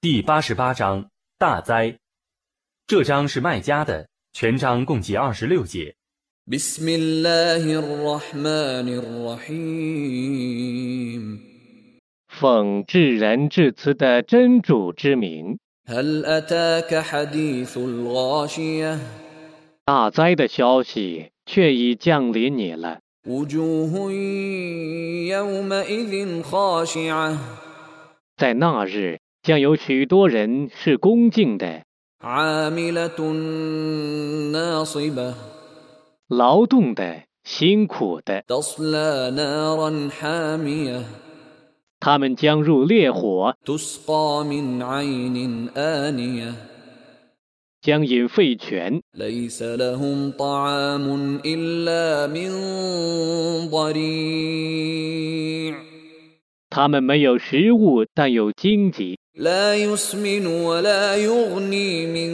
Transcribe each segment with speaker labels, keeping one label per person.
Speaker 1: 第八十八章大灾。这章是卖家的，全章共计二十六节。
Speaker 2: بسم الله الرحمن الرحيم
Speaker 3: 奉至仁至慈的真主之名，
Speaker 2: هل أتاك حديث الغاشية
Speaker 3: 大灾的消息却已降临你了。
Speaker 2: وجوه يومئذ خاشعة
Speaker 3: 在那日，将有许多人是恭敬的，
Speaker 2: عاملة ناصبة
Speaker 3: 劳动的，辛苦的，
Speaker 2: تصلى نارا حامية
Speaker 3: 他们将入烈火，
Speaker 2: تسقى من عين آنية
Speaker 3: 将饮沸泉，
Speaker 2: ليس لهم طعام إلا من ضريع
Speaker 3: 他们没有食物，但有荆棘，
Speaker 2: لا يسمن ولا يغني من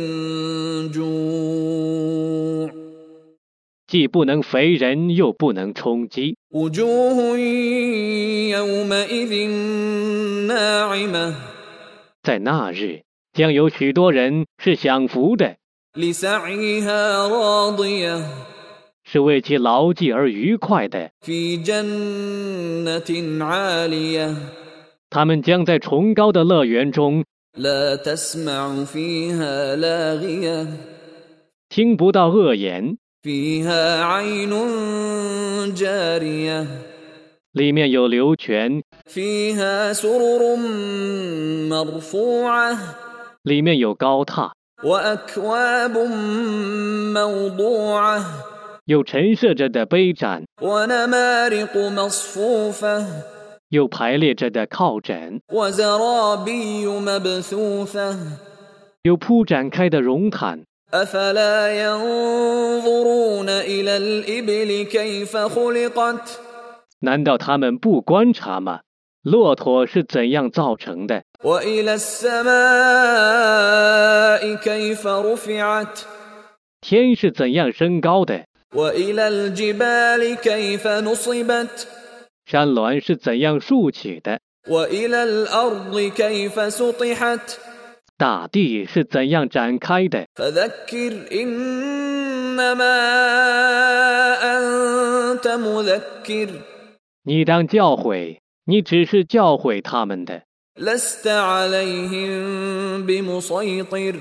Speaker 2: جوع
Speaker 3: 既不能肥人，又不能充饥。
Speaker 2: وجوه يومئذ ناعمة
Speaker 3: 在那日，将有许多人是享福的，
Speaker 2: لسعيها راضية
Speaker 3: 是为其劳技而愉快的。
Speaker 2: في جنة عالية
Speaker 3: 他们将在崇高的乐园中
Speaker 2: لا تسمع فيها لاغية
Speaker 3: 听不到恶言，
Speaker 2: فيها عين جارية
Speaker 3: 里面有流泉，
Speaker 2: فيها سرر مرفوعة
Speaker 3: 里面有高榻，
Speaker 2: وأكواب موضوعة
Speaker 3: 有陈设着的杯盏，
Speaker 2: ونمارق مصفوفة
Speaker 3: 有排列着的靠枕，
Speaker 2: وزرابي مبثوثة
Speaker 3: 有铺展开的绒毯。
Speaker 2: أفلا ينظرون إلى الإبل كيف خلقت
Speaker 3: 难道他们不观察吗？骆驼是怎样造成的？
Speaker 2: وإلى السماء كيف رفعت
Speaker 3: 天是怎样升高的？
Speaker 2: وإلى الجبال كيف نصبت
Speaker 3: 山峦是怎样竖起的？
Speaker 2: وإلى الأرض كيف سطحت
Speaker 3: 大地是怎样展开的？
Speaker 2: فذكر إنما أنت مذكر
Speaker 3: 你当教诲，你只是教诲他们的，
Speaker 2: لست عليهم بمسيطر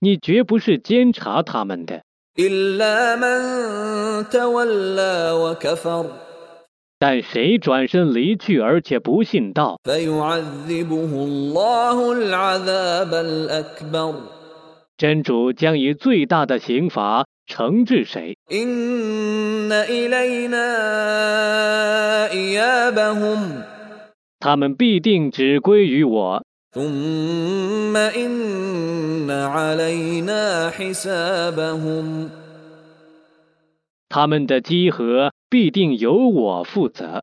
Speaker 3: 你绝不是监察他们的。
Speaker 2: إلا من تولى وكفر
Speaker 3: 但谁转身离去，而且不信道，
Speaker 2: فيعذبه الله العذاب الأكبر
Speaker 3: 真主将以最大的刑罚惩治谁？
Speaker 2: إن إلينا إيابهم
Speaker 3: 他们必定只归于我，
Speaker 2: ثم إن علينا حسابهم
Speaker 3: 他们的稽核必定由我负责。